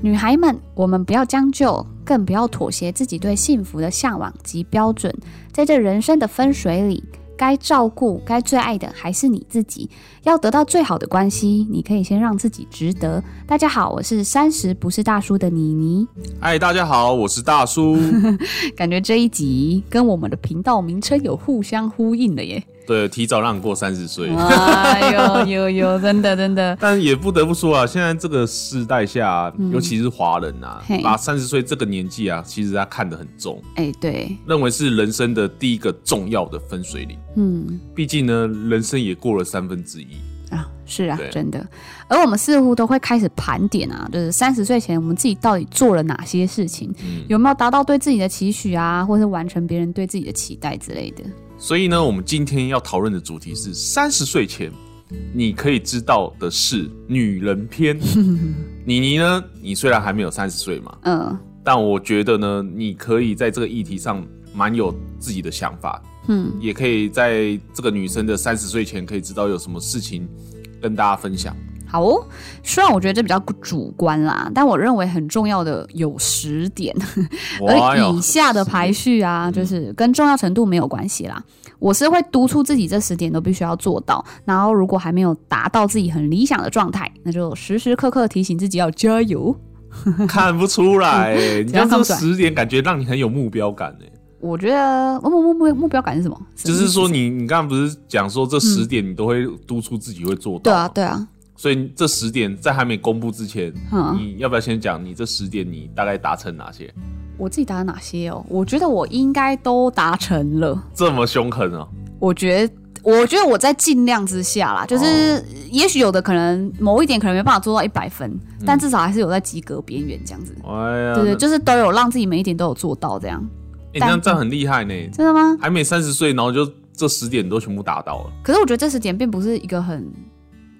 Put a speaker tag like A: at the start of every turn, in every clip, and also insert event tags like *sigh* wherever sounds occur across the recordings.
A: 女孩们，我们不要将就，更不要妥协自己对幸福的向往及标准。在这人生的分水岭，该照顾、该最爱的还是你自己。要得到最好的关系，你可以先让自己值得。大家好，我是三十不是大叔的妮妮。
B: 嗨，哎大家好，我是大叔。
A: 感觉这一集跟我们的频道名称有互相呼应了耶！
B: 对，提早让你过三十岁，
A: 哎呦呦呦，真的真的，
B: 但也不得不说啊，现在这个世代下啊，尤其是华人啊
A: 嘿，
B: 把三十岁这个年纪啊，其实他看得很重，
A: *laughs* 哎、对，
B: 认为是人生的第一个重要的分水岭。
A: 嗯
B: 毕竟呢，人生也过了三分之一。
A: 啊，是啊
B: 对，
A: 真的。而我们似乎都会开始盘点啊，就是三十岁前我们自己到底做了哪些事情，
B: 嗯，
A: 有没有达到对自己的期许啊，或是完成别人对自己的期待之类的。
B: 所以呢，我们今天要讨论的主题是三十岁前你可以知道的是女人篇。妮妮呢，你虽然还没有三十岁嘛，
A: 嗯
B: 但我觉得呢，你可以在这个议题上蛮有自己的想法，
A: 嗯，
B: 也可以在这个女生的三十岁前可以知道有什么事情跟大家分享。
A: 好哦。虽然我觉得这比较主观啦，但我认为很重要的有十点。
B: 哇
A: 而
B: 哟嗯
A: 以，下的排序啊，就是跟重要程度没有关系啦。我是会督促自己这十点都必须要做到，然后如果还没有达到自己很理想的状态，那就时时刻刻提醒自己要加油。
B: *laughs* 看不出
A: *laughs*
B: 来、你
A: 怎样看
B: 像这
A: 不出来
B: 十点，感觉让你很有目标感哎、
A: 我觉得呃目目目目标感是什么？
B: 嗯就是说你，你刚刚不是讲说这十点你都会督促自己会做
A: 对
B: 到吗？
A: 啊，对啊，
B: 所以这十点在还没公布之前，
A: 嗯
B: 你要不要先讲你这十点你大概达成哪些？
A: 我自己达到哪些哦？我觉得我应该都达成了。
B: 这么凶狠啊！
A: 我觉得。我觉得我在尽量之下
B: 哦
A: 啦，就是也许有的可能某一点可能没办法做到一百分，
B: 嗯
A: 但至少还是有在及格边缘这样子。
B: 哎呀，
A: 对对，
B: 那
A: 就是都有让自己每一点都有做到这样。
B: 哎这样这样很厉害呢、
A: 真的吗？
B: 还没三十岁，然后就这十点都全部达到了。
A: 可是我觉得这十点并不是一个很，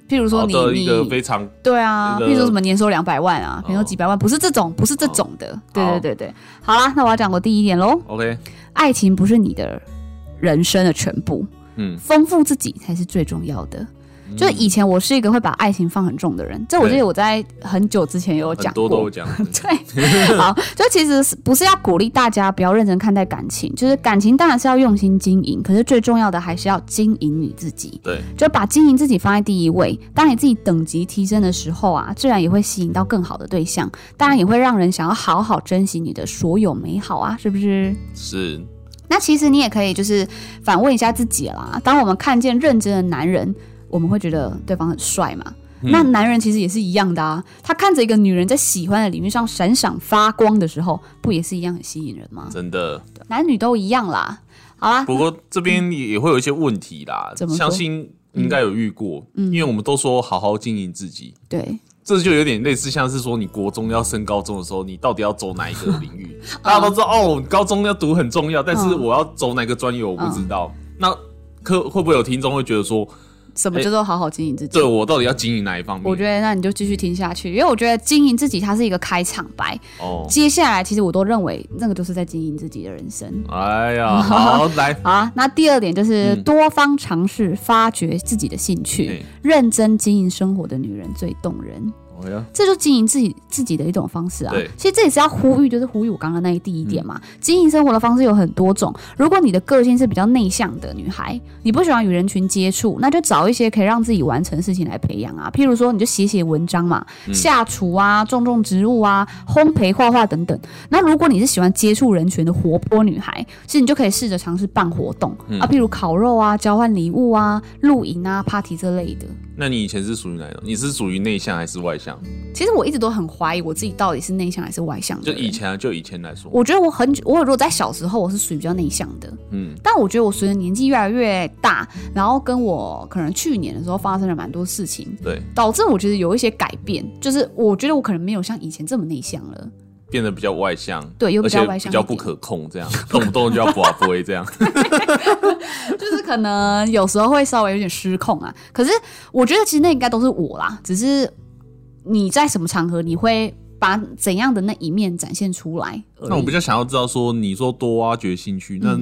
A: 譬如说
B: 好
A: 你
B: 的一个
A: 你
B: 非常
A: 对啊，
B: 一个
A: 譬如说什么年收两百万啊，
B: 哦
A: 年收几百万，不是这种，不是这种的。对对对对，好啦，那我要讲我第一点喽，
B: OK，
A: 爱情不是你的人生的全部，
B: 嗯，
A: 丰富自己才是最重要的。就是以前我是一个会把爱情放很重的人，这我记得
B: 对
A: 我在很久之前也有
B: 很
A: 讲
B: 多都有
A: 过。
B: 讲，
A: *laughs* 对， *laughs* 好，就其实是不是要鼓励大家不要认真看待感情，就是感情当然是要用心经营，可是最重要的还是要经营你自己。
B: 对，
A: 就把经营自己放在第一位。当你自己等级提升的时候啊，自然也会吸引到更好的对象，当然也会让人想要好好珍惜你的所有美好啊，是不是？
B: 是，
A: 那其实你也可以就是反问一下自己啦。当我们看见认真的男人，我们会觉得对方很帅嘛？
B: 嗯
A: 那男人其实也是一样的啊，他看着一个女人在喜欢的领域上闪闪发光的时候，不也是一样很吸引人吗？
B: 真的。
A: 男女都一样啦。好啦，
B: 不过这边也会有一些问题啦
A: *laughs* 怎么，说嗯
B: 相信应该有遇过，因为我们都说好好经营自己。
A: 对，
B: 这就有点类似，像是说你国中要升高中的时候，你到底要走哪一
A: *laughs*
B: 个领域？大家都知道哦，高中要读很重要，但是
A: 嗯
B: 我要走哪个专业我不知道。那可会不会有听众会觉得说，
A: 什么叫做好好经营自己？
B: 对我到底要经营哪一方面？
A: 我觉得那你就继续听下去，因为我觉得经营自己它是一个开场白，
B: 哦，
A: 接下来其实我都认为那个就是在经营自己的人生。
B: 哎呀，
A: *laughs*
B: 好来，
A: 好啊，那第二点就是
B: 嗯
A: 多方尝试，发掘自己的兴趣
B: 对，
A: 认真经营生活的女人最动人，
B: 哎呀，
A: 这就经营自己自己的一种方式啊
B: 对。
A: 其实这也是要呼吁，就是呼吁我刚刚那一第一点嘛。经营生活的方式有很多种，如果你的个性是比较内向的女孩，你不喜欢与人群接触，那就找一些可以让自己完成事情来培养啊。譬如说，你就写写文章嘛，下厨啊、种种植物啊、烘焙、画画等等。那如果你是喜欢接触人群的活泼女孩，其实你就可以试着尝试办活动、啊，譬如烤肉啊、交换礼物啊、露营啊、party 这类的。
B: 那你以前是属于哪一种？你是属于内向还是外向？
A: 其实我一直都很怀疑我自己到底是内向还是外向的
B: 就
A: 人。
B: 以前啊，就以前来说，
A: 我觉得我很，我如果在小时候我是属于比较内向的，
B: 嗯，
A: 但我觉得我随着年纪越来越大，然后跟我可能去年的时候发生了蛮多事情，
B: 对，
A: 导致我觉得有一些改变，就是我觉得我可能没有像以前这么内向了。
B: 变得比较外向，
A: 对又比
B: 而
A: 较
B: 且
A: 外向一点
B: 比较不可控，这样 *laughs* 动不动就要寡不这样。
A: 就是可能有时候会稍微有点失控啊。可是我觉得其实那应该都是我啦，只是你在什么场合你会把怎样的那一面展现出来而已。
B: *laughs* 那我比较想要知道说，你说多挖掘兴
A: 嗯
B: 趣，那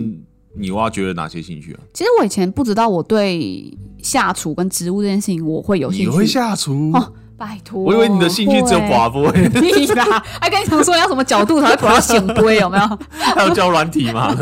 B: 你挖掘了哪些兴趣啊？
A: 其实我以前不知道我对下厨跟植物这件事情我会有兴趣，
B: 你会下厨
A: 哦拜托，哎
B: 我以为你的兴趣只有
A: 会
B: 寡播，欸
A: 你
B: *laughs*
A: 啦，还跟你讲说要什么角度才会跑到显龟，有没有？
B: 还有教软
A: *laughs*
B: 体嘛？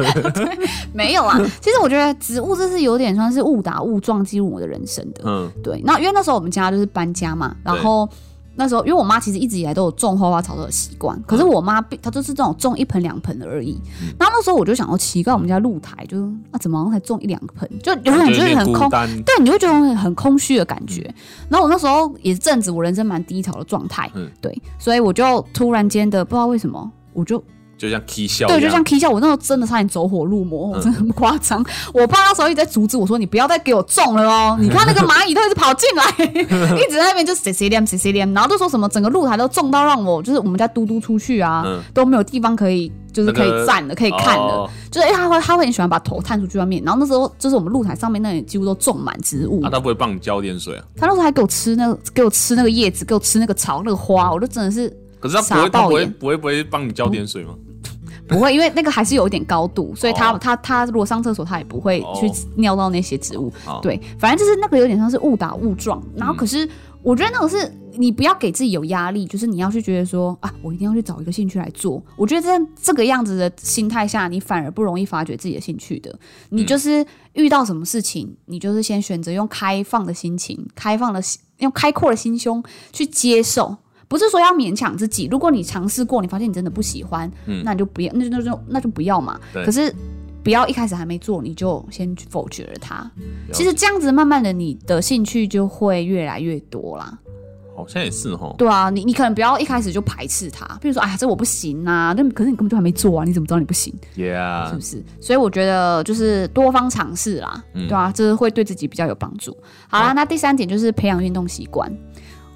A: 没有啊。其实我觉得植物这是有点算是误打误撞进入我的人生的。
B: 嗯，
A: 对，那因为那时候我们家就是搬家嘛，然后那时候因为我妈其实一直以来都有种花花草草的习
B: 嗯
A: 惯，可是我妈并她就是这种种一盆两盆的而已。那、那时候我就想说奇怪，我们家露台就啊怎么好像才种一两盆，就有
B: 我
A: 点
B: 觉
A: 就是
B: 得有点
A: 很空
B: 孤，单。
A: 对，你就会觉得很空虚的感觉。
B: 嗯
A: 然后我那时候也是正值我人生蛮低潮的状态，
B: 嗯
A: 对，所以我就突然间的不知道为什么，我就
B: 就像 K 笑一样，
A: 对，就像 K 笑，我那时候真的差点走火入魔，我
B: 嗯
A: 真的很夸张。我爸那时候一直在阻止我说：“你不要再给我中了哦！
B: *laughs*
A: 你看那个蚂蚁都一直跑进来，一直在那边就 C C 念 C C 念，然后就说什么整个露台都中到让我就是我们家嘟嘟出去啊，
B: 嗯
A: 都没有地方可以就是可以站的，可以看的。
B: 哦
A: 就是因为他会他会很喜欢把头探出去外面，然后那时候就是我们露台上面那里几乎都种满植物，
B: 啊，他不会帮你浇点水啊？
A: 他那时候还给我吃那个给我吃那个叶子，给我吃那个草那个花，我就真的是
B: 可是他不会，
A: 傻
B: 他
A: 爆
B: 不会，
A: 眼
B: 不会，不会帮你浇点水吗？
A: 不会，因为那个还是有一点高度，所以他、
B: 哦
A: 他他如果上厕所，他也不会去
B: 哦
A: 尿到那些植物。
B: 好，嗯
A: 对，反正就是那个有点像是误打误撞。然后可是我觉得那个是你不要给自己有压力，就是你要去觉得说啊，我一定要去找一个兴趣来做。我觉得在这个样子的心态下，你反而不容易发掘自己的兴趣的。
B: 嗯
A: 你就是遇到什么事情，你就是先选择用开放的心情、开放的心用开阔的心胸去接受。不是说要勉强自己，如果你尝试过，你发现你真的不喜欢，
B: 嗯
A: 那你就不要，那就那就那就不要嘛。
B: 对
A: 可是不要一开始还没做，你就先否决了它。
B: 了
A: 其实这样子，慢慢的，你的兴趣就会越来越多啦。
B: 好像也是哦哈。
A: 对啊，你你可能不要一开始就排斥它，比如说，哎呀，这我不行啊，那可是你根本就还没做啊，你怎么知道你不行？是
B: Yeah，
A: 不是？所以我觉得就是多方尝试啦，
B: 嗯
A: 对啊，这会对自己比较有帮助。好啦，那第三点就是培养运动习惯。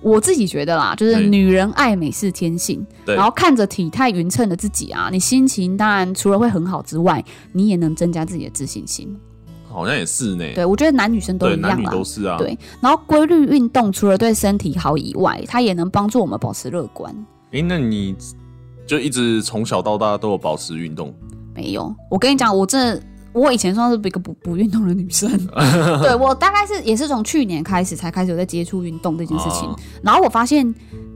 A: 我自己觉得啦，就是
B: 对
A: 女人爱美是天性，
B: 对
A: 然后看着体态匀称的自己啊，你心情当然除了会很好之外，你也能增加自己的自信心。
B: 好像也是呢。
A: 对我觉得男女生都
B: 对，
A: 一
B: 男
A: 样
B: 女
A: 啦，
B: 都是啊。
A: 对然后规律运动除了对身体好以外，它也能帮助我们保持乐观。
B: 诶，那你就一直从小到大都有保持运动，
A: 没有，我跟你讲，我真的。我以前算是一个不不运动的女
B: *laughs*
A: 生，对我大概是也是从去年开始才开始有在接触运动这件事情，
B: 哦
A: 然后我发现，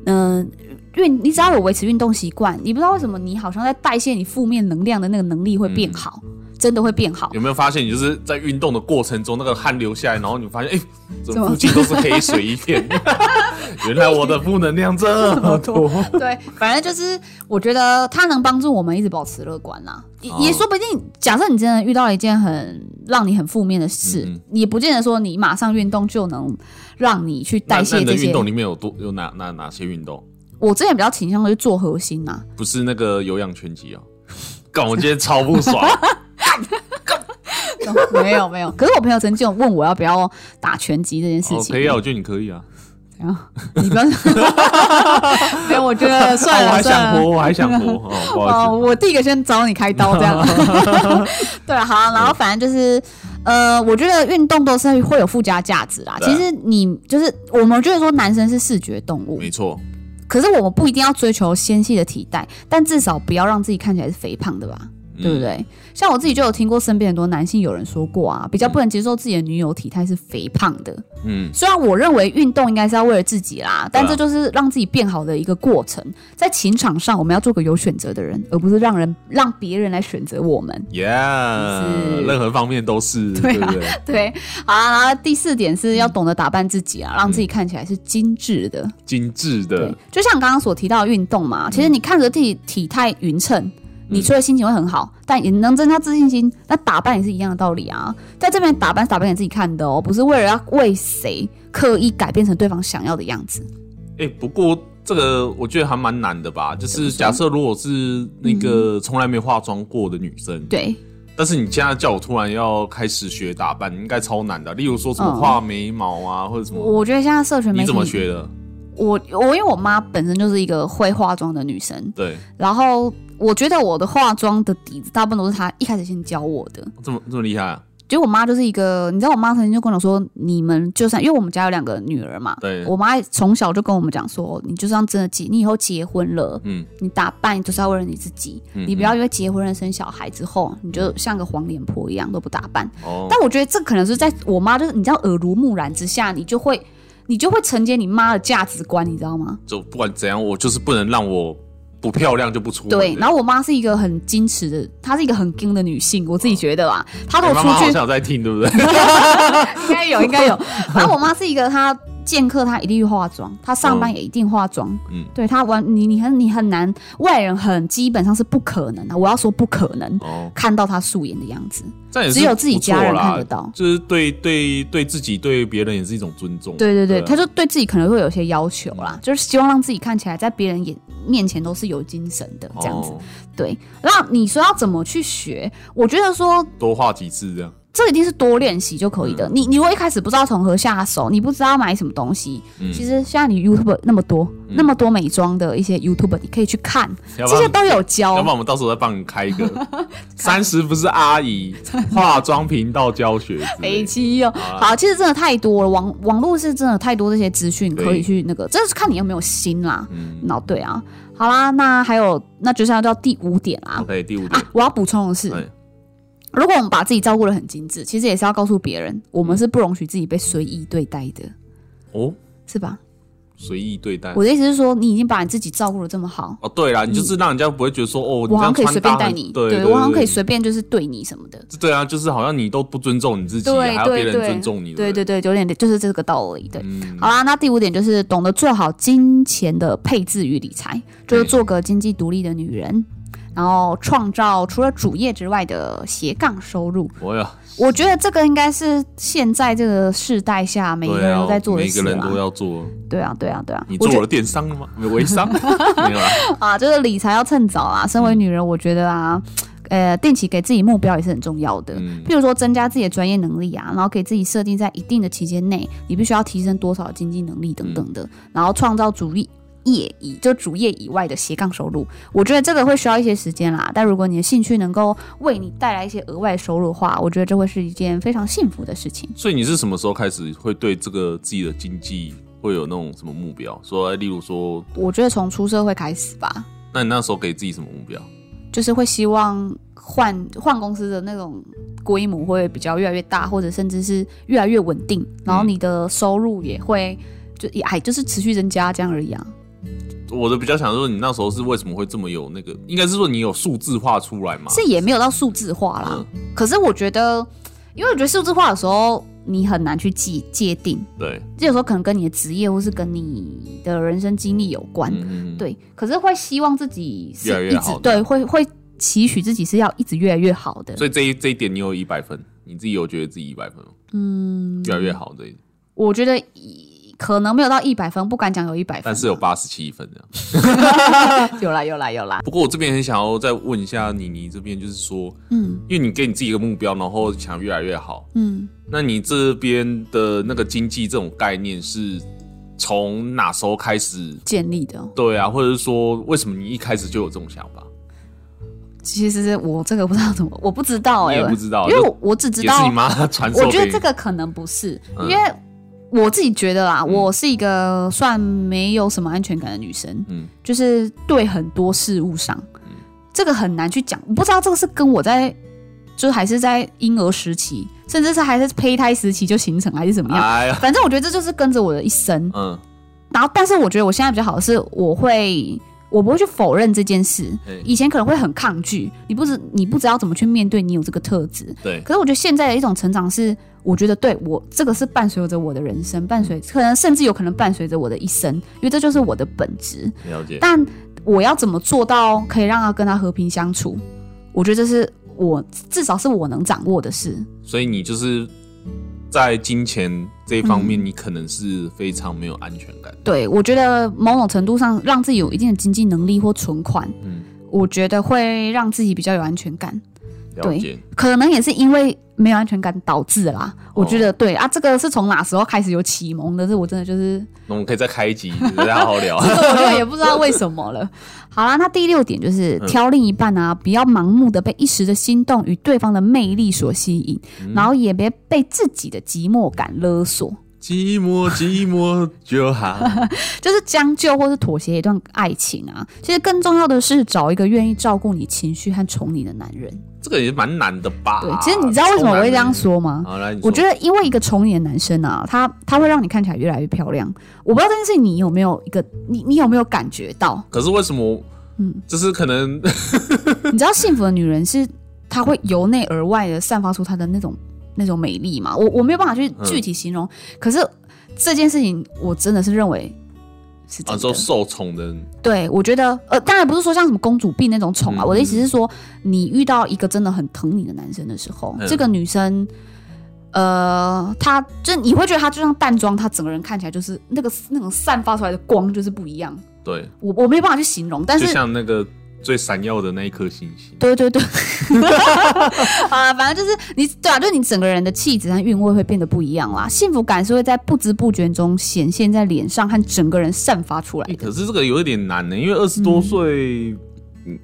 A: 嗯、运你只要有维持运动习惯，你不知道为什么你好像在代谢你负面能量的那个能力会
B: 嗯
A: 变好，真的会变好。
B: 有没有发现你就是在运动的过程中，那个汗流下来，然后你发
A: *laughs*
B: 现，诶，
A: 怎
B: 怎
A: 么
B: 么附近都是黑水
A: *laughs*
B: 一片？原来我的负能量这么多。 *laughs*
A: 对，反正就是我觉得它能帮助我们一直保持乐观啦，也、
B: 哦
A: 也说不定，假设你真的遇到了一件很让你很负面的事，
B: 嗯
A: 也不见得说你马上运动就能让你去
B: 那
A: 代
B: 那
A: 谢
B: 你的
A: 这些
B: 运。动里面有多有哪哪哪些运动？
A: 我之前比较倾向的是做核心啊
B: *laughs*
A: 呐、
B: 不是那个有氧拳击哦。干，我今天超
A: *laughs*
B: 不爽。
A: 没有没有。可是我朋友曾经有问我要不要打拳击这件事
B: 哦，
A: 情，
B: 可以啊，我觉得你可以啊。
A: 然后你不要， *laughs* 没有，我觉得算
B: *laughs* 啊我
A: 了
B: 还
A: 算
B: 想
A: 了
B: 活，。我还想活。哦，不好
A: *laughs*
B: 意
A: 哦，
B: 思。
A: 我第一个先找你开刀这
B: *laughs*
A: 样。对啊，好啊，然后反正就是，呃，我觉得运动都是会有附加价值啦。
B: 对
A: 其
B: 啊
A: 实你就是我们觉得说男生是视觉动物，
B: 没错，
A: 可是我们不一定要追求纤细的体态，但至少不要让自己看起来是肥胖的吧。
B: 嗯
A: 对不？对？像我自己就有听过身边很多男性有人说过啊，比较不能接受自己的女友体态是肥胖的。
B: 嗯，
A: 虽然我认为运动应该是要为了自己啦，但这就是让自己变好的一个过程。在情场上，我们要做个有选择的人，而不是让人让别人来选择我们。
B: Yeah，
A: 是
B: 任何方面都是，
A: 对
B: 对
A: 啊
B: 不对？
A: *laughs* 对，好啊。然后第四点是要懂得打扮自己啊，让自己看起来是精致的。
B: 精致
A: 对嗯
B: 的，，
A: 就像刚刚所提到的运动嘛，其实你看着自己体态匀称，你除了心情会很好，但也能增加自信心。那打扮也是一样的道理啊，在这边打扮是打扮给自己看的哦，不是为了要为谁刻意改变成对方想要的样子。
B: 哎、不过这个我觉得还蛮难的吧。就是假设如果是那
A: 嗯
B: 个从来没化妆过的女生，，
A: 对，
B: 但是你现在叫我突然要开始学打扮，应该超难的。啊例如说什么
A: 嗯
B: 画眉毛啊，或者什么，
A: 我觉得现在社群媒体，
B: 你怎么学的？
A: 我我因为我妈本身就是一个会化妆的女生，
B: 对，
A: 然后我觉得我的化妆的底子大部分都是她一开始先教我的。
B: 这么这么厉害、啊？
A: 结果我妈就是一个，你知道，我妈曾经就跟我说，你们就算因为我们家有两个女儿嘛，
B: 对
A: 我妈从小就跟我们讲说，你就算真的结，你以后结婚了，
B: 嗯，
A: 你打扮就是要为了你自己，
B: 嗯
A: 你不要因为结婚了生小孩之后，你就像个黄脸婆一样都不打扮。
B: 哦，
A: 但我觉得这可能是在我妈就是你知道耳濡目染之下，你就会。你就会承接你妈的价值观，你知道吗？
B: 就不管怎样，我就是不能让我不漂亮就不出门。
A: 对，然
B: 后
A: 后我妈是一个很矜持的，她是一个很矜的女性，我自己觉得啊，她跟我
B: 妈妈
A: 出
B: 好
A: 去
B: 像有在听，对不对？
A: *laughs* 应该有，应该
B: *laughs*
A: 有。然后我妈是一个，她见客她一定化妆，她上班也一定化妆。嗯
B: 嗯，
A: 对她完你你很你很难，外人很基本上是不可能的。我要说不可能
B: 哦，
A: 看到她素颜的样子，
B: 这样也是
A: 只有自己家人
B: 不错啦
A: 看得到
B: 就是对对对自己对别人也是一种尊重。
A: 对对对，
B: 啊嗯
A: 她就对自己可能会有些要求啦，就是希望让自己看起来在别人眼面前都是有精神的这样子。
B: 哦
A: 对，那你说要怎么去学？我觉得说
B: 多画几次这样。
A: 这一定是多练习就可以
B: 嗯
A: 的。你你如果一开始不知道从何下手，你不知道买什么东西，
B: 嗯
A: 其实现在你 YouTube 那么多、那么多美妆的一些 YouTube，你可以去看，
B: 要不
A: 这
B: 然
A: 些都有
B: 要不然
A: 教。
B: 我们到时候再帮你开一
A: *laughs*
B: 个三十不是阿姨化妆频道教学之类
A: 北
B: 的。
A: 七哦，
B: 啊
A: 好，其实真的太多了，网网络是真的太多这些资讯
B: 对
A: 可以去那个，这是看你有没有心啦。
B: 嗯
A: 脑对啊，好啦，那还有那就是要到第五点啦。
B: ，OK，第五
A: 啊
B: 点，，
A: 我要补充的是
B: 哎，
A: 如果我们把自己照顾的很精致，其实也是要告诉别人，我
B: 嗯
A: 们是不容许自己被随意对待的，
B: 哦，
A: 是吧？
B: 随意对待。
A: 我的意思是说，你已经把你自己照顾的这么好，
B: 哦，对啦，你就是让人家不会觉得说，哦，你
A: 我
B: 这
A: 好像
B: 样
A: 可以随
B: 穿
A: 便
B: 搭
A: 带
B: 很
A: 你，
B: 对
A: 对
B: 对，
A: 我好像可以
B: 对
A: 随便就是对你什么的。
B: 对啊，就是好像你都不尊重你自己，
A: 对
B: 还要
A: 对
B: 别人
A: 对，
B: 尊重你，
A: 对
B: 对
A: 对对，有点就是这个道理。对，
B: 嗯
A: 好啦，那第五点就是懂得做好金钱的配置与理财，就是做个经济独立的女人，然后创造除了主业之外的斜杠收入。
B: 不会啊，
A: 我觉得这个应该是现在这个世代下每个
B: 对
A: 人
B: 啊
A: 都在，做的
B: 每
A: 事
B: 个人都
A: 啦。
B: 要做。
A: 对啊，对啊，对啊
B: 你。
A: 我
B: 做
A: 觉
B: 了电商了吗？没有
A: *laughs*
B: 微商没有啦，
A: 得啊，就是理财要趁早啦。身为
B: 嗯
A: 女人，我觉得啊，呃，定期给自己目标也是很重要的。
B: 嗯，
A: 譬如说增加自己的专业能力啊，然后给自己设定在一定的期间内，你必须要提升多少经济能力等等的，然后创造主力。业以就主业以外的斜杠收入，我觉得这个会需要一些时间啦。但如果你的兴趣能够为你带来一些额外收入的话，我觉得这会是一件非常幸福的事情。
B: 所以你是什么时候开始会对这个自己的经济会有那种什么目标？说，哎例如说，
A: 我觉得从出社会开始吧，
B: 那你那时候给自己什么目标？
A: 就是会希望换换公司的那种规模会比较越来越大，或者甚至是越来越稳定，然后你的收入也会就也还就是持续增加这样而已啊。
B: 我的比较想说，你那时候是为什么会这么有那个？应该是说你有数字化出来嘛？
A: 是也没有到数字化啦。
B: 嗯
A: 可是我觉得，因为我觉得数字化的时候，你很难去界界定，
B: 对，
A: 这有时候可能跟你的职业或是跟你的人生经历有关。
B: 嗯，
A: 对，可是会希望自己是
B: 越来越
A: 一直
B: 好的
A: 对，会会期许自己是要一直越来越好的。
B: 所以这一这一点你有一百分，你自己有觉得自己一百分吗？嗯，越来越好这一点，
A: 我觉得以可能没有到一百分，不敢讲有一百分，
B: 但是有八十七分这样。
A: *laughs* 有啦有啦有啦，
B: 不过我这边很想要再问一下妮妮这边，就是说，
A: 嗯
B: 因为你给你自己一个目标，然后想越来越好，
A: 嗯。
B: 那你这边的那个经济这种概念是从哪时候开始？
A: 建立的哦，
B: 对啊，或者是说，为什么你一开始就有这种想法？
A: 其实是我这个不知道怎么，我不知道
B: 你
A: 哎、
B: 也不知道，
A: 因为
B: 就
A: 我我只知
B: 也是
A: 道
B: 你妈传授给
A: 我
B: 你。
A: 觉得这个可能不是，
B: 嗯
A: 因为我自己觉得啦，我是一个算没有什么安全感的女生，
B: 嗯
A: 就是对很多事物上，这个很难去讲。我不知道这个是跟我在就是还是在婴儿时期，甚至是还是胚胎时期就形成，还是怎么样。
B: 哎呀，
A: 反正我觉得这就是跟着我的一生，
B: 嗯，
A: 然后但是我觉得我现在比较好的是，我会我不会去否认这件事
B: 对，
A: 以前可能会很抗拒，你不知你不知道怎么去面对你有这个特质，
B: 对，
A: 可是我觉得现在的一种成长是，我觉得对我这个是伴随着我的人
B: 嗯
A: 生，伴随可能甚至有可能伴随着我的一生，因为这就是我的本质。
B: 了解。
A: 但我要怎么做到可以让他跟他和平相处？我觉得这是我至少是我能掌握的事。
B: 所以你就是在金钱这一方面，
A: 嗯
B: 你可能是非常没有安全感。
A: 对我觉得某种程度上让自己有一定的经济能力或存款，
B: 嗯，
A: 我觉得会让自己比较有安全感。
B: 了解。
A: 可能也是因为没有安全感导致的啦。我觉得对啊，这个是从哪时候开始有启蒙的？这我真的就是
B: 那我们可以再开一集，大家好好
A: *laughs*
B: 聊。
A: 这个我就也不知道为什么了。好啦，那第六点就是挑另一半啊，不要盲目的被一时的心动与对方的魅力所吸引，然后也别被自己的寂寞感勒索。
B: 寂寞寂寞
A: *laughs*
B: 就好。
A: 就是将就或是妥协一段爱情啊。其实更重要的是找一个愿意照顾你情绪和宠你的男人。
B: 这个也蛮难的吧？
A: 对，其实你知道为什么我会这样说吗？
B: 好，啊来，你
A: 我觉
B: 得
A: 得，因为一个宠你的男生啊，他他会让你看起来越来越漂亮。我不知道这件事情你有没有一个，你你有没有感觉到？
B: 可是为什么？嗯，就是可能
A: 你知道幸福的女人是她会由内而外的散发出她的那种那种美丽嘛？我我没有办法去
B: 嗯
A: 具体形容，可是这件事情我真的是认为是
B: 啊，
A: 真的。
B: 说受宠的人
A: 对，我觉得呃，当然不是说像什么公主病那种宠啊，
B: 嗯
A: 我的意思是说，你遇到一个真的很疼你的男生的时候，
B: 嗯
A: 这个女生。呃，她就你会觉得她就像淡妆，她整个人看起来就是那个那种散发出来的光就是不一样，
B: 对，
A: 我我没有办法去形容，但
B: 就是像那个最闪耀的那一颗星星。
A: 对对对， *laughs* 啊，反正就是你对啊，就是你整个人的气质和韵味会变得不一样啦。幸福感是会在不知不觉中显现在脸上和整个人散发出来
B: 欸
A: 的。
B: 可是这个有一点难呢、因为二十多岁，嗯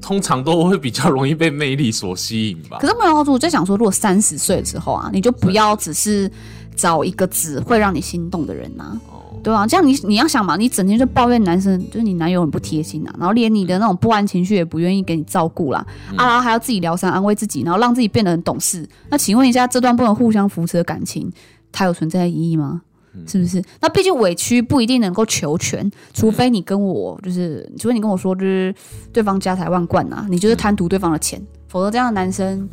B: 通常都会比较容易被魅力所吸引吧
A: 可。是没有话说，我在想说，如果三十岁之后啊，你就不要只是找一个只会让你心动的人呐、
B: 哦，
A: 对啊，这样你你要想嘛，你整天就抱怨男生，就是你男友很不贴心啊，然后连你的那种不安情绪也不愿意给你照顾啦，
B: 嗯
A: 啊，然后还要自己疗伤安慰自己，然后让自己变得很懂事。那请问一下，这段不能互相扶持的感情，它有存在的意义吗？
B: 嗯
A: 是不是？那毕竟委屈不一定能够求全，除非你跟我就是，除非你跟我说就是对方家财万贯啊，你就是贪图对方的钱，否则这样的男生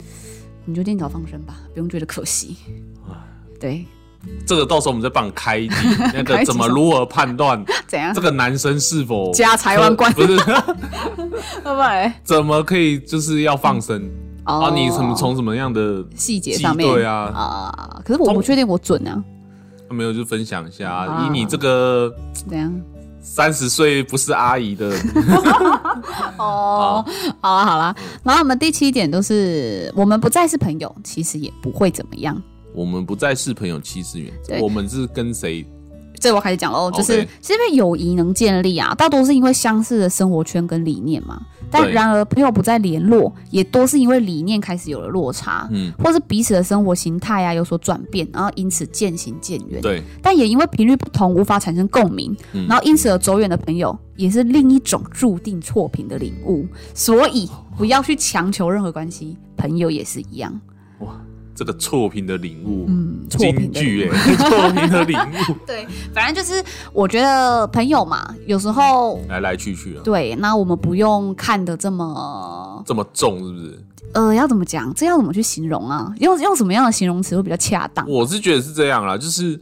A: 你就尽早放生吧，不用觉得可惜。对，
B: 这个到时候我们再帮你 *laughs* 开一集，
A: 开
B: 那个
A: 一集
B: 怎么如何判 *laughs* 断
A: 怎样
B: 这？个男生是否
A: 家财万贯 *laughs*
B: *laughs* 不是
A: 拜拜。
B: 怎么可以就是要放生啊？你什么从什么样的
A: 哦细节
B: 季
A: 上面
B: 对啊？
A: 啊，可是我
B: 从
A: 不确定我准啊，
B: 没有就分享一下啊，
A: 啊
B: 以你这个
A: 怎样？
B: 三十岁不是阿姨的，
A: 哦，好啦好啦，然后我们第七点都是我们不再是朋友，其实也不会怎么样。
B: 我们不再是朋友七十元
A: 对，
B: 我们是跟谁
A: 这我开始讲喽，就是
B: OK
A: 是因为友谊能建立啊，大多是因为相似的生活圈跟理念嘛。但
B: 对
A: 然而朋友不再联络，也多是因为理念开始有了落差，
B: 嗯
A: 或是彼此的生活形态啊有所转变，然后因此渐行渐远。
B: 对
A: 但也因为频率不同，无法产生共鸣，
B: 嗯
A: 然后因此而走远的朋友，也是另一种注定错频的领悟。所以
B: 哦
A: 不要去强求任何关系，朋友也是一样。
B: 这个错评的领悟，
A: 嗯，错频的领悟
B: 京剧哎， *laughs* 错评的领悟，
A: 对，反正就是我觉得朋友嘛，有时候
B: 来来去去啊，
A: 对，那我们不用看的这么
B: 这么重是不是？
A: 呃，要怎么讲？这要怎么去形容啊？用用什么样的形容词会比较恰当？
B: 我是觉得是这样啦，就是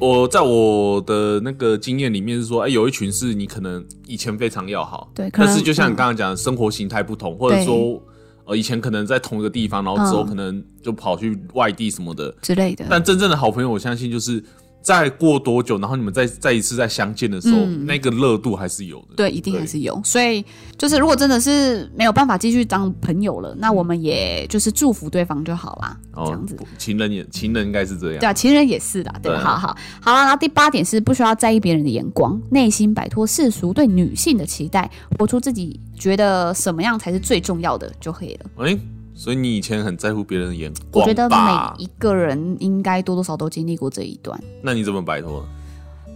B: 我在我的那个经验里面是说，哎、有一群是你可能以前非常要好，
A: 对可能嗯
B: 但是就像你刚刚讲，的，生活形态不同，或者
A: 对
B: 说呃以前可能在同一个地方，然后之后
A: 嗯
B: 可能就跑去外地什么的，
A: 之类的，
B: 但真正的好朋友，我相信就是。再过多久，然后你们再再一次再相见的时候，
A: 嗯
B: 那个热度还是有的。
A: 对，一定还是有。所以就是，如果真的是没有办法继续当朋友了，那我们也就是祝福对方就好啦，这样子。
B: 哦不情人也情人应该是这样。
A: 对啊，情人也是啦，对吧，
B: 对啊
A: 好好好啦。然后第八点是不需要在意别人的眼光，内心摆脱世俗对女性的期待，活出自己觉得什么样才是最重要的就可以了。
B: 哎、所以你以前很在乎别人的眼
A: 我
B: 光
A: 觉得
B: 吧？
A: 每一个人应该多多少少都经历过这一段。
B: 那你怎么摆脱？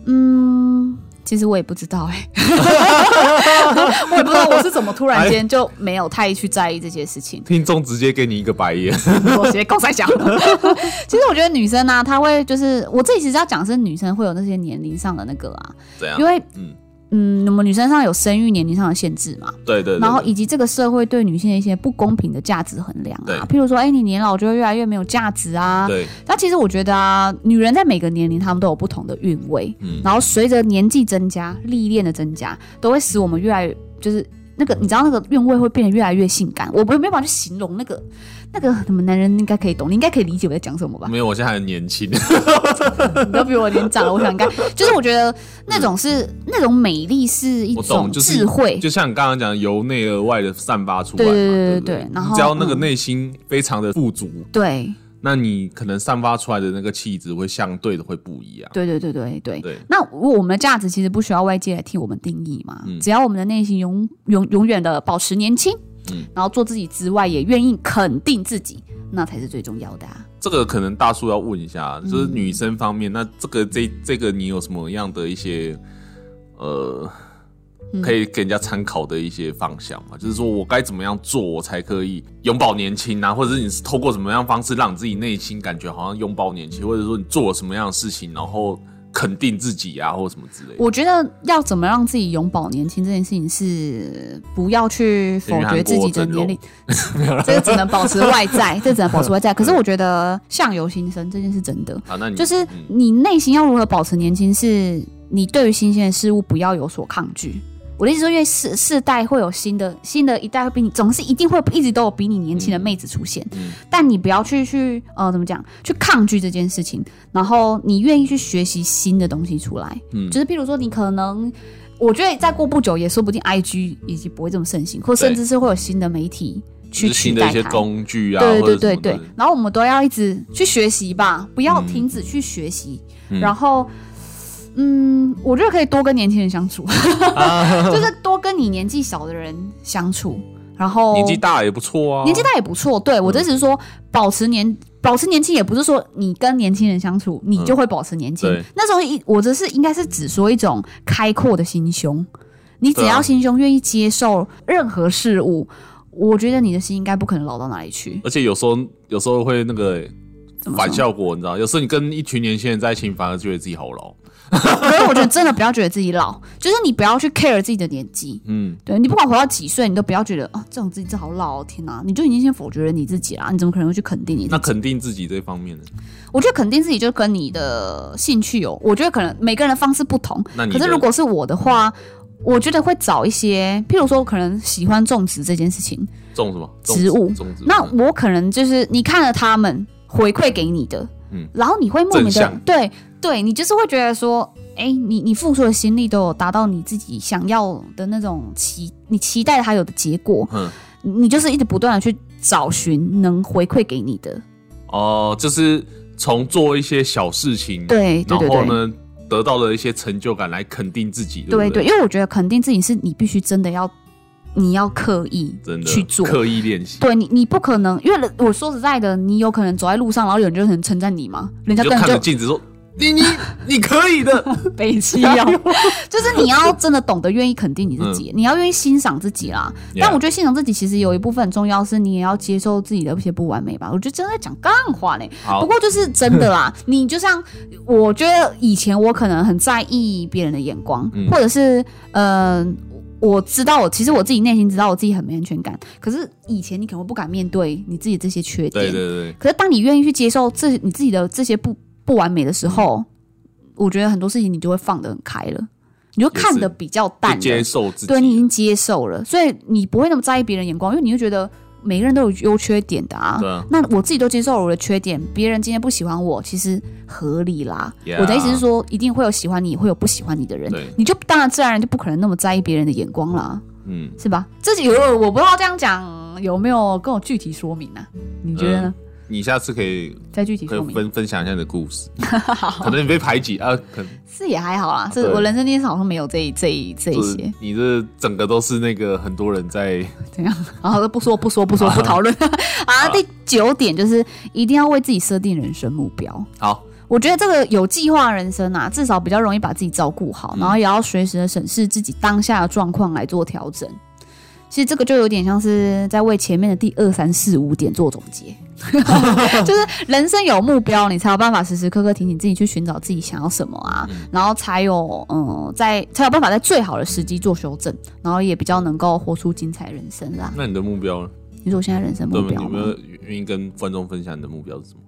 A: 嗯，其实我也不知道哎、 *laughs* 我也不知道我是怎么突然间就没有太去在意这些事情。
B: 听众直接给你一个白眼。
A: 我直接告在讲。 *laughs* 其实我觉得女生呢、啊她会就是我自己其实要讲是女生会有那些年龄上的那个啊，
B: 怎样
A: 因？为
B: 嗯，
A: 嗯，我们女生上有生育年龄上的限制嘛，
B: 对对对。
A: 然后
B: 对
A: 以及这个社会对女性的一些不公平的价值衡量
B: 对
A: 啊，譬如说，哎，你年老就会越来越没有价值啊。
B: 对，
A: 那其实我觉得啊，女人在每个年龄她们都有不同的韵味，
B: 嗯
A: 然后随着年纪增加、历练的增加，都会使我们越来越就是那
B: 嗯
A: 个你知道那个韵味会变得越来越性感。我没有办法去形容那个那个什么男人应该可以懂，你应该可以理解我在讲什么吧？
B: 没有，我现在很年轻。嗯
A: 你都比我年长了，我想
B: *laughs*
A: 应该就是我觉得那种是那种美丽是一
B: 我懂
A: 种
B: 就是
A: 智慧，
B: 就像你刚刚讲，由内而外的散发出来
A: 对
B: 嘛，
A: 对对对
B: 对不
A: 对然后嗯
B: 你只要那个内心非常的富足，
A: 对
B: 那你可能散发出来的那个气质会相对的会不一样。
A: 对对对对对。
B: 对，
A: 那如果我们的价值其实不需要外界来替我们定义嘛，
B: 嗯
A: 只要我们的内心永永永远的保持年轻，
B: 嗯
A: 然后做自己之外，也愿意肯定自己，那才是最重要的啊。
B: 这个可能大叔要问一下，
A: 嗯
B: 就是女生方面，那这个这这个你有什么样的一些呃，
A: 嗯
B: 可以给人家参考的一些方向吗？就是说我该怎么样做，我才可以永葆年轻啊？或者是你是透过什么样方式让你自己内心感觉好像永葆年轻，或者说你做了什么样的事情，然后肯定自己啊，或者什么之类的？
A: 我觉得要怎么让自己永葆年轻这件事情是不要去否决自己的年龄， *laughs* 这个只能保持外在，这只能保持外在。可是我觉得相由心生，这件事真的，
B: 啊，那你
A: 就是
B: 嗯
A: 你内心要如何保持年轻，是你对于新鲜的事物不要有所抗拒。我的意思说，因为世世代会有新的新的一代会比你，总是一定会一直都有比你年轻的妹子出现，
B: 嗯
A: 但你不要去去呃怎么讲，去抗拒这件事情，然后你愿意去学习新的东西出来，
B: 嗯
A: 就是譬如说你可能。我觉得再过不久，也说不定 I G 已经不会这么盛行，或甚至是会有新的媒体去
B: 就是
A: 取
B: 新的
A: 代
B: 一些
A: 它。
B: 工具啊，
A: 对
B: 或者
A: 对对
B: 什么的
A: 对，然后我们都要一直去学习吧，不要
B: 嗯
A: 停止去学习。
B: 嗯
A: 然后，嗯，我觉得可以多跟年轻人相
B: *laughs*
A: 处， *laughs* 就是多跟你年纪小的人相处，然后
B: 年纪大也嗯不错啊，
A: 年纪大也不错。对我的意思是说，保持年保持年轻，也不是说你跟年轻人相处，你就会保持年轻。
B: 嗯对
A: 那时候一我只是应该是只说一种开阔的心胸，你只
B: 对啊
A: 要心胸愿意接受任何事物，我觉得你的心应该不可能老到哪里去。
B: 而且有时候有时候会那个欸
A: 怎么说
B: 反效果，你知道？有时候你跟一群年轻人在一起，你反而觉得自己好老。
A: 可是我觉得真的不要觉得自己老， *laughs* 就是你不要去 care 自己的年纪。
B: 嗯，
A: 对你不管活到几岁，你都不要觉得哦，这种自己真好老、哦，天哪！你就已经先否决了你自己啦，你怎么可能会去肯定你自
B: 那
A: 己？
B: 肯定自己这方面呢？
A: 我觉得肯定自己就跟你的兴趣有，我觉得可能每个人的方式不同。
B: 那你
A: 可
B: 的
A: 是如果是我的话，我觉得会找一些，譬如说我可能喜欢种植这件事情，
B: 种什么种
A: 植物
B: 种植物
A: 那我可能就是你看了他们回馈给你的，
B: 嗯
A: 然后你会莫名
B: 正
A: 的
B: 向
A: 对对，你就是会觉得说，哎，你你付出的心力都有达到你自己想要的那种期，你期待它有的结果，
B: 嗯
A: 你你就是一直不断的去找寻能回馈给你的，
B: 哦，就是从做一些小事情，，
A: 对对
B: 然
A: 对
B: 后
A: 对。
B: 呢得到了一些成就感来肯定自己，
A: 对
B: 不
A: 对，
B: 对，
A: 因为我觉得肯定自己是你必须真的要，你要刻意
B: 真的
A: 去做，
B: 刻意练习，
A: 对你，你不可能，因为我说实在的，你有可能走在路上，然后有人就很称赞你嘛，人
B: 你
A: 家
B: 就
A: 根
B: 看
A: 本
B: 着
A: 就
B: 镜子说你你你可
A: *laughs*
B: 以的，
A: 北七
B: 啊
A: 哦， *laughs* 就是你要真的懂得愿意肯定你
B: 嗯
A: 自己，你要愿意欣赏自己啦。但我觉得欣赏自己其实有一部分很重要，是你也要接受自己的一些不完美吧。我觉得真的讲干话嘞，不
B: 好，
A: 过就是真的
B: *laughs*
A: 啦。你就像我觉得以前我可能很在意别人的眼光，
B: 嗯
A: 或者是呃。我知道我，其实我自己内心知道我自己很没安全感。可是以前你可能会不敢面对你自己这些缺点，
B: 对对对，
A: 可是当你愿意去接受这你自己的这些不不完美的时候，我觉得很多事情你就会放得很开了，你就看得比较淡
B: 就接
A: 了。
B: 受自己，啊
A: 对你已经接受了，所以你不会那么在意别人眼光，因为你会觉得每个人都有优缺点的啊。
B: 对啊
A: 那我自己都接受了我的缺点，别人今天不喜欢我，其实合理啦。
B: Yeah
A: 我的意思是说，一定会有喜欢你，也会有不喜欢你的人
B: 对，
A: 你就当然自然而然就不可能那么在意别人的眼光啦，
B: 嗯，
A: 是吧？这有我不知道这样讲有没有跟我具体说明啊？你觉得呢？
B: 你下次可以
A: 再具体
B: 可
A: 说
B: 以
A: 明。
B: 分分享一下你的故
A: *laughs*
B: 事， *laughs* 可能你被排挤啊，可能。
A: 是也还好啦，是
B: 啊对
A: 我人生第一次好像没有这一这一这一
B: 就是
A: 些，
B: 你这整个都是那个很多人在 *laughs*
A: 怎样？然后不说不说不说不讨论 *laughs* 啊。第九点就是一定要为自己设定人生目标。
B: 好，
A: 我觉得这个有计划人生啊，至少比较容易把自己照顾
B: 嗯
A: 好，然后也要随时的审视自己当下的状况来做调整。其实这个就有点像是在为前面的第二、三、四、五点做总
B: *laughs*
A: 结，就是人生有目标，你才有办法时时刻刻提醒自己去寻找自己想要什么啊，
B: 嗯
A: 然后才有嗯，在才有办法在最好的时机做修正，然后也比较能够活出精彩人生啦。
B: 那你的目标呢？
A: 你说我现在人生
B: 对
A: 目
B: 吗？你
A: 标
B: 有没
A: 吗
B: 有？愿意跟观众分享你的目标是什么？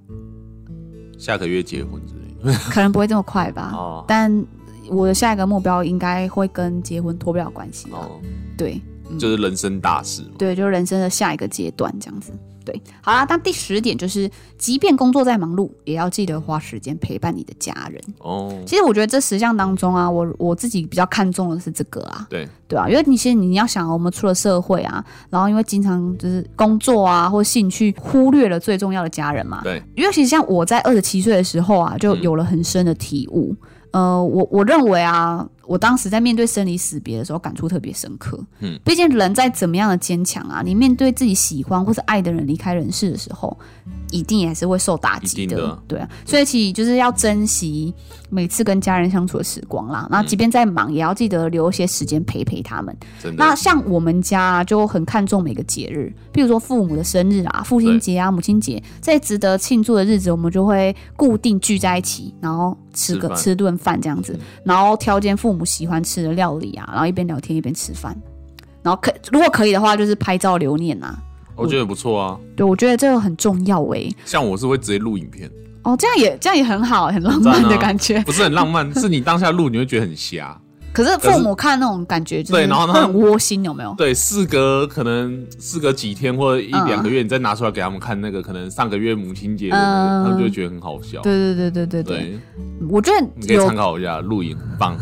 B: 下个月结婚之类的
A: 可能不会这么快
B: *laughs*
A: 吧。
B: 哦
A: 但我的下一个目标应该会跟结婚脱不了关系了。
B: 哦，
A: 对
B: 就是人生大事嘛。
A: 对，就是人生的下一个阶段这样子。对，好啦，那第十点就是，即便工作再忙碌，也要记得花时间陪伴你的家人。
B: 哦，
A: 其实我觉得这十项当中啊，我我自己比较看重的是这个啊，
B: 对，
A: 对啊，因为你现在你要想，我们出了社会啊，然后因为经常就是工作啊或兴趣，忽略了最重要的家人嘛。
B: 对，嗯
A: 因为其实像我在二十七岁的时候啊，就有了很深的体悟。呃，我我认为啊，我当时在面对生离死别的时候，感触特别深刻。
B: 嗯
A: 嗯，毕竟人再怎么样的坚强啊，你面对自己喜欢或是爱的人离开人世的时候，一定也是会受打击
B: 一定的
A: 对啊，所以其实就是要珍惜每次跟家人相处的时光啦。那即便再忙，也要记得留一些时间陪陪他们。
B: 真
A: 那
B: 的，
A: 像我们家、啊、就很看重每个节日，譬如说父母的生日啊、父亲节啊、母亲节，在值得庆祝的日子，我们就会固定聚在一起，然后吃个
B: 吃饭嗯
A: 吃顿饭这样子，然后挑间父母喜欢吃的料理啊，然后一边聊天一边吃饭，然后可如果可以的话，就是拍照留念啊。
B: 我觉得不错啊。
A: 对，我觉得这个很重要诶、
B: 像我是会直接录影片，
A: 哦，这样也这样也很好，很浪漫
B: 很
A: 的
B: 赞啊
A: 感觉。
B: 不是很浪漫，是你当下录你会觉得很瞎。
A: 可是
B: 可
A: 父
B: 是
A: 母看那种感觉，就是
B: 对然后他
A: 会很窝心，有没有？
B: 对，事隔可能事隔几天或者一
A: 嗯
B: 两个月，你再拿出来给他们看那个可能上个月母亲节的那
A: 嗯
B: 个，他们就会觉得很好笑。
A: 对对对对对对，
B: 对，
A: 我觉
B: 你
A: 得
B: 可以
A: 有
B: 参考一下录影，很棒。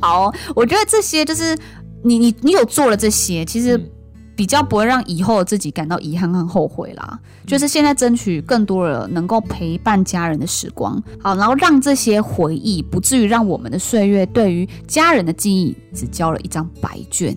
A: 好，我觉得这些就是你你你有做了这些，其实
B: 嗯
A: 比较不会让以后的自己感到遗憾和后悔
B: 嗯
A: 啦。就是现在争取更多的能够陪伴家人的时光，好，然后让这些回忆不至于让我们的岁月对于家人的记忆只交了一张白卷。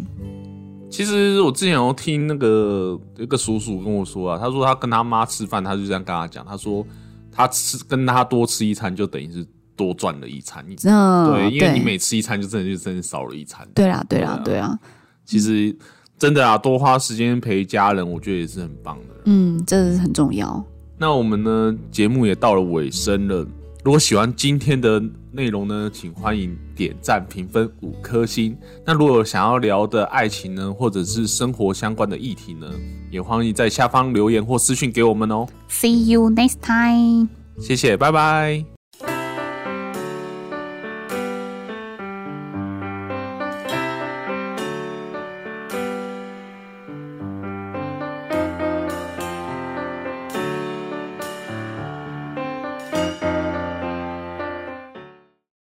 B: 其实我之前有听那个有一个叔叔跟我说啊，他说他跟他妈吃饭，他就这样跟他讲，他说他吃跟他多吃一餐，就等于是多赚了一餐。
A: 嗯，
B: 对，因为你
A: 对
B: 每吃一餐，就真的就真的少了一餐。
A: 对啦，对啦，
B: 对
A: 对啊，
B: 其实真的啊，多花时间陪家人，我觉得也是很棒的。
A: 嗯，这是很重要。
B: 那我们呢，节目也到了尾声了。如果喜欢今天的内容呢，请欢迎点赞、评分五颗星。那如果有想要聊的爱情呢，或者是生活相关的议题呢，也欢迎在下方留言或私讯给我们哦。
A: See you next time.
B: 谢谢，拜拜。